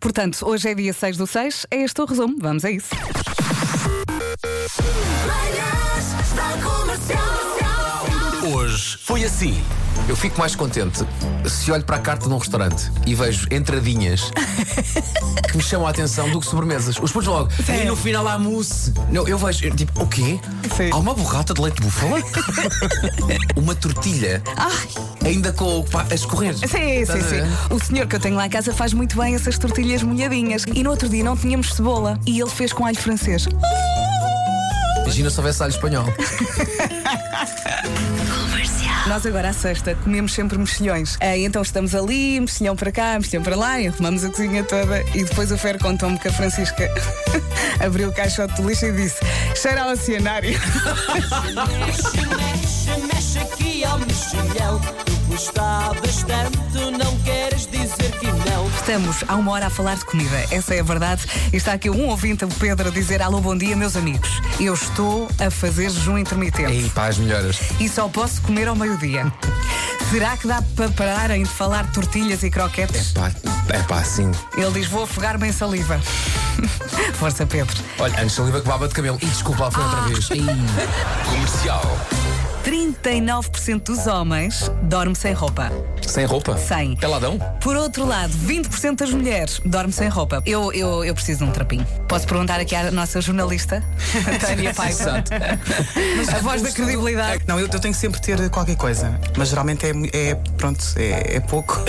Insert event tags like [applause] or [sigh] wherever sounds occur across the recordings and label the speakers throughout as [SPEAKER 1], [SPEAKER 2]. [SPEAKER 1] Portanto, hoje é dia 6 do 6, é este o resumo. Vamos a isso.
[SPEAKER 2] Manhãs da comercial.
[SPEAKER 3] Hoje foi assim. Eu fico mais contente se olho para a carta de um restaurante e vejo entradinhas
[SPEAKER 1] [laughs]
[SPEAKER 3] que me chamam a atenção do que sobremesas. Os putos logo. E no final há mousse. Não, eu vejo, eu, tipo, o quê?
[SPEAKER 1] Sim.
[SPEAKER 3] Há uma borrata de leite de
[SPEAKER 1] [laughs]
[SPEAKER 3] búfala? uma tortilha ainda com o pá a escorrer.
[SPEAKER 1] Sim, sim,
[SPEAKER 3] Estás a ver?
[SPEAKER 1] sim. O senhor que eu tenho lá em casa faz muito bem essas tortilhas molhadinhas. E no outro dia não tínhamos cebola e ele fez com alho francês.
[SPEAKER 3] Imagina se houvesse alho espanhol.
[SPEAKER 1] Nós agora à sexta comemos sempre mexilhões. Ah, então estamos ali, mexilhão para cá, mexilhão para lá, e arrumamos a cozinha toda e depois o Fer contou-me que a Francisca [laughs] abriu o caixote de lixo e disse cheira ao cenário.
[SPEAKER 4] Mexe, mexe, mexe aqui ao mexilhão. Tu gostavas tanto, não queres dizer que não.
[SPEAKER 1] Estamos há uma hora a falar de comida, essa é a verdade. E está aqui um ouvinte, o Pedro, a dizer alô, bom dia, meus amigos. Eu estou a fazer jejum intermitente
[SPEAKER 3] Ei, pá, as melhoras.
[SPEAKER 1] e só posso comer ao
[SPEAKER 3] [laughs]
[SPEAKER 1] meio-dia. Será que dá para pararem de falar de tortilhas e croquetes?
[SPEAKER 3] Pá, é pá, sim.
[SPEAKER 1] Ele diz, vou afogar-me em saliva. [laughs] Força, Pedro.
[SPEAKER 3] Olha, antes saliva que baba de cabelo. E desculpa, lá foi
[SPEAKER 1] Ah.
[SPEAKER 3] outra vez.
[SPEAKER 1] [laughs]
[SPEAKER 3] Ei. Comercial.
[SPEAKER 1] 39% dos homens dorme sem roupa.
[SPEAKER 3] Sem roupa?
[SPEAKER 1] Sem.
[SPEAKER 3] Peladão?
[SPEAKER 1] Por outro lado, 20% das mulheres dorme sem roupa. Eu, eu, eu preciso de um trapinho. Posso perguntar aqui à nossa
[SPEAKER 5] [laughs]
[SPEAKER 1] jornalista, a Tânia Paiva. a voz da credibilidade.
[SPEAKER 5] Não, eu, eu tenho que sempre ter qualquer coisa, mas geralmente é, mu- é pronto, é, é pouco.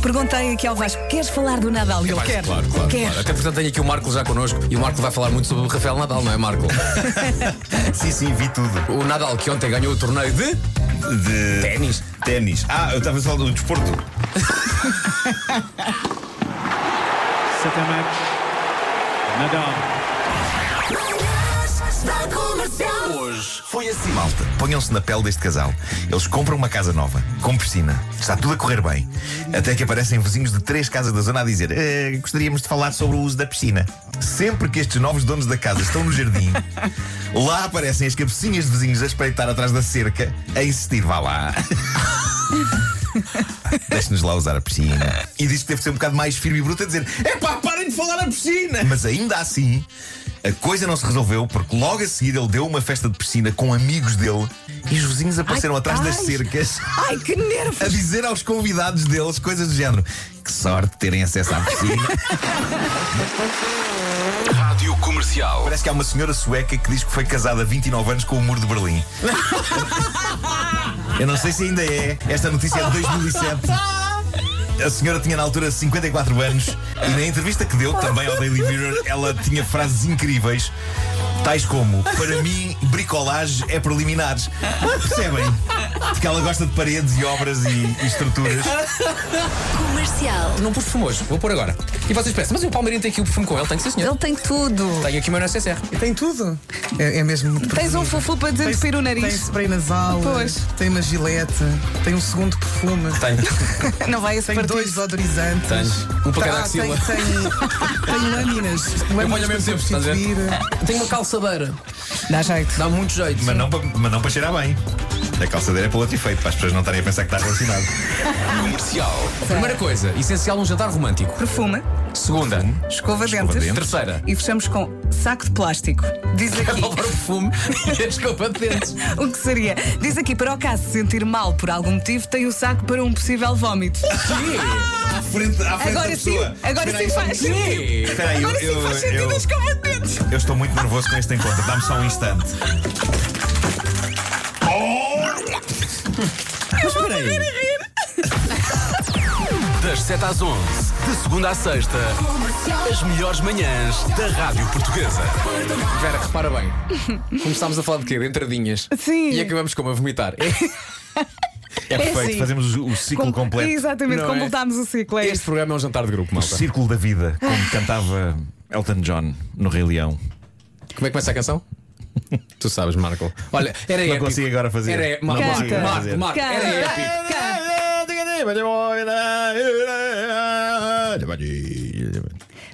[SPEAKER 1] Perguntei aqui ao Vasco: queres falar do Nadal? Ele
[SPEAKER 3] Vai,
[SPEAKER 1] quer.
[SPEAKER 3] Claro, claro,
[SPEAKER 1] quer.
[SPEAKER 3] claro. Até portanto tenho aqui o Marco já connosco e o Marco vai falar muito sobre o Rafael Nadal, não é, [laughs] Marco?
[SPEAKER 6] Sim, sim, vi tudo.
[SPEAKER 3] O Nadal que ontem ganhou o torneio de.
[SPEAKER 6] De.
[SPEAKER 3] Ténis.
[SPEAKER 6] Ténis. Ah, eu estava a falar do desporto.
[SPEAKER 7] Second match, Nadal.
[SPEAKER 2] Manhãs da comercial.
[SPEAKER 3] Hoje.
[SPEAKER 6] Foi assim, malta. Ponham-se na pele deste casal. Eles compram uma casa nova, com piscina. Está tudo a correr bem. Até que aparecem vizinhos de três casas da zona a dizer: "Eh, Gostaríamos de falar sobre o uso da piscina. Sempre que estes novos donos da casa estão no [laughs] jardim, lá aparecem as cabecinhas de vizinhos a espreitar atrás da cerca, a insistir: vá lá. Deixe-nos lá usar a piscina. [laughs] E diz que teve que ser um bocado mais firme e bruto a dizer: é pá, parem de falar na piscina! Mas ainda assim, a coisa não se resolveu porque logo a seguir ele deu uma festa de piscina com amigos dele e os vizinhos apareceram atrás das
[SPEAKER 1] ai.
[SPEAKER 6] cercas
[SPEAKER 1] Ai, que nervos!
[SPEAKER 6] a dizer aos convidados deles coisas do género: que sorte de terem acesso à piscina.
[SPEAKER 3] [laughs] Rádio Comercial.
[SPEAKER 6] Parece que há uma senhora sueca que diz que foi casada há 29 anos com o muro de Berlim. Eu não sei se ainda é. Esta notícia é de 2007. A senhora tinha na altura 54 anos e na entrevista que deu também ao Daily Mirror ela tinha frases incríveis, tais como: Para mim, bricolage é preliminares. Percebem? Porque ela gosta de paredes e obras e- e estruturas.
[SPEAKER 2] Comercial.
[SPEAKER 3] Não pus perfume hoje, vou pôr agora. E vocês pensam, mas o Palmeirinho tem aqui o perfume com ele, tem que ser senhor.
[SPEAKER 1] Ele tem tudo.
[SPEAKER 3] Tenho aqui o meu NSSR.
[SPEAKER 5] Tem tudo. É, é mesmo muito
[SPEAKER 1] Tens um fufu para desentupir o
[SPEAKER 5] Tem
[SPEAKER 1] nariz.
[SPEAKER 5] spray nasal,
[SPEAKER 1] Pois.
[SPEAKER 5] tem uma gilete, tem um segundo perfume,
[SPEAKER 3] [laughs] Tenho.
[SPEAKER 1] Não vai a esse
[SPEAKER 5] tem
[SPEAKER 1] partido.
[SPEAKER 5] dois desodorizantes.
[SPEAKER 3] Tenho. Um para cada
[SPEAKER 5] Ah, tem,
[SPEAKER 3] axila.
[SPEAKER 5] tem, tem lâminas.
[SPEAKER 3] [laughs] Eu
[SPEAKER 5] lâminas
[SPEAKER 3] ponho ao mesmo
[SPEAKER 5] para
[SPEAKER 3] tempo, estás a ver?
[SPEAKER 5] substituir.
[SPEAKER 3] Tenho uma calçadeira.
[SPEAKER 1] Dá jeito.
[SPEAKER 3] Dá muito jeito.
[SPEAKER 6] Mas não, pa- mas não para cheirar bem. A calçadeira é para outro efeito, para as pessoas não estarem a pensar que está relacionado.
[SPEAKER 3] Comercial. Primeira coisa, essencial num jantar romântico.
[SPEAKER 1] Perfume,
[SPEAKER 3] Segunda.
[SPEAKER 1] escova,
[SPEAKER 6] Escova
[SPEAKER 1] dentes.
[SPEAKER 6] dentes.
[SPEAKER 3] Terceira.
[SPEAKER 1] E fechamos com saco de plástico. Diz
[SPEAKER 3] É
[SPEAKER 5] [laughs]
[SPEAKER 1] aqui.
[SPEAKER 3] para o [laughs] perfume e a desculpa de dentes.
[SPEAKER 1] O que seria? Diz aqui, para o caso de sentir mal por algum motivo, tem o saco para um possível vómito.
[SPEAKER 6] À frente, à frente
[SPEAKER 1] Agora
[SPEAKER 6] da
[SPEAKER 1] sim,
[SPEAKER 6] pessoa.
[SPEAKER 1] agora sim faz sentido.
[SPEAKER 3] Sim.
[SPEAKER 6] um Espera aí, eu,
[SPEAKER 1] Agora sim
[SPEAKER 6] eu,
[SPEAKER 1] faz sentido a
[SPEAKER 6] eu,
[SPEAKER 1] escova de dentes.
[SPEAKER 6] eu estou muito nervoso com este encontro. Dá-me só um instante.
[SPEAKER 8] Das 7 às 11, de segunda à sexta, as melhores manhãs da Rádio Portuguesa.
[SPEAKER 3] Vera, repara bem. Começámos a falar de quê? De entradinhas.
[SPEAKER 1] Sim.
[SPEAKER 3] E acabamos como a vomitar.
[SPEAKER 6] É perfeito,
[SPEAKER 1] assim.
[SPEAKER 6] fazemos o, o ciclo
[SPEAKER 1] Com-
[SPEAKER 6] um completo.
[SPEAKER 1] Exatamente,
[SPEAKER 3] Não é?
[SPEAKER 1] completámos o ciclo. é
[SPEAKER 3] Este programa é um jantar de grupo,
[SPEAKER 6] O
[SPEAKER 3] malta.
[SPEAKER 6] círculo da vida, como cantava Elton John no Rei Leão.
[SPEAKER 3] Como é que começa a canção? tu sabes, Marco. Olha, era
[SPEAKER 6] Não
[SPEAKER 3] épico.
[SPEAKER 6] consigo agora fazer.
[SPEAKER 3] Era é-
[SPEAKER 6] Não
[SPEAKER 3] Marco,
[SPEAKER 6] consigo agora
[SPEAKER 3] Marco,
[SPEAKER 6] fazer.
[SPEAKER 3] Marco, era
[SPEAKER 1] Canta.
[SPEAKER 3] épico.
[SPEAKER 1] Cá.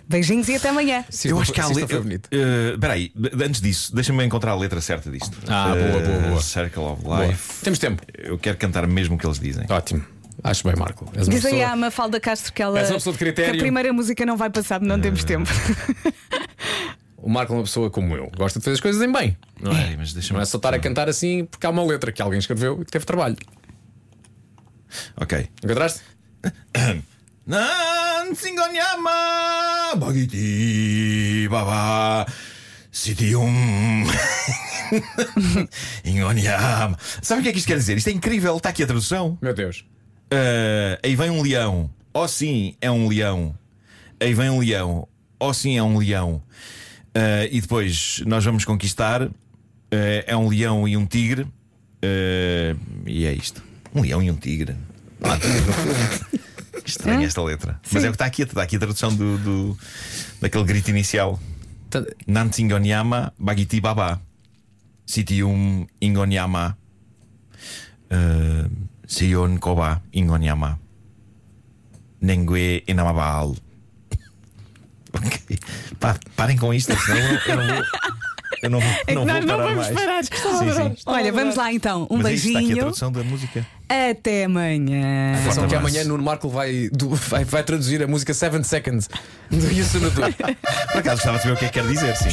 [SPEAKER 1] Beijinhos e até amanhã.
[SPEAKER 3] Sim,
[SPEAKER 6] Eu acho que há
[SPEAKER 3] isto não
[SPEAKER 6] letra.
[SPEAKER 3] foi bonito.
[SPEAKER 6] Espera aí, de- antes disso, deixa-me encontrar a letra certa disto.
[SPEAKER 3] Ah, boa, boa,
[SPEAKER 6] Eh,
[SPEAKER 3] boa.
[SPEAKER 6] Circle of
[SPEAKER 3] Boa.
[SPEAKER 6] Life.
[SPEAKER 3] Temos tempo.
[SPEAKER 6] Eu quero cantar mesmo o que eles dizem.
[SPEAKER 3] Ótimo. Acho bem, Marco. És uma
[SPEAKER 1] Diz aí
[SPEAKER 3] pessoa-
[SPEAKER 1] à Mafalda Castro que ela.
[SPEAKER 3] És uma pessoa de critério.
[SPEAKER 1] Que a primeira música não vai passar, não temos
[SPEAKER 6] Eh,
[SPEAKER 1] tempo.
[SPEAKER 3] O Marco é uma pessoa como eu. Gosta de fazer as coisas em bem.
[SPEAKER 6] Não é, mas
[SPEAKER 3] Não
[SPEAKER 6] deixa-me.
[SPEAKER 3] é só estar a cantar assim porque há uma letra que alguém escreveu e que teve trabalho.
[SPEAKER 6] Ok.
[SPEAKER 3] Encontraste?
[SPEAKER 6] Nan singonyama bagiti baba sitium [laughs] ingonyama. Sabe o que é que isto quer dizer? Isto é incrível, está aqui a tradução.
[SPEAKER 3] Meu Deus.
[SPEAKER 6] Ah, aí vem um leão. Oh sim, é um leão. Aí vem um leão. Oh sim, é um leão. Ah, e depois nós vamos conquistar. Ah, é um leão e um tigre. Ah, e é isto. Um leão e um tigre. Ah, que Estranha esta letra. Mas é o que está aqui, está aqui a tradução do, do- daquele grito inicial.
[SPEAKER 3] Portanto,
[SPEAKER 6] Nantsingyonyama Bagiti Baba Sitium Ingonyama eh, Sion Koba Ingonyama Nengue Enamabal [laughs] Ok. Pá, parem com isto, senão eu não eu não vou. Eu não, vou- [laughs] não vou
[SPEAKER 1] É Nós não
[SPEAKER 6] parar
[SPEAKER 1] vamos
[SPEAKER 6] mais.
[SPEAKER 1] parar.
[SPEAKER 6] Sim, sim.
[SPEAKER 1] Olha, vamos lá então. Um
[SPEAKER 6] Mas é isto, está aqui a
[SPEAKER 1] beijinho.
[SPEAKER 6] tradução da música.
[SPEAKER 1] Até amanhã.
[SPEAKER 3] atenção
[SPEAKER 6] Forte
[SPEAKER 3] que
[SPEAKER 6] abraço.
[SPEAKER 3] amanhã Nuno Marco vai, do- vai, vai traduzir a música 7 Seconds do Yusunutu. [laughs]
[SPEAKER 6] Por acaso gostava de saber o que é que quer dizer, sim.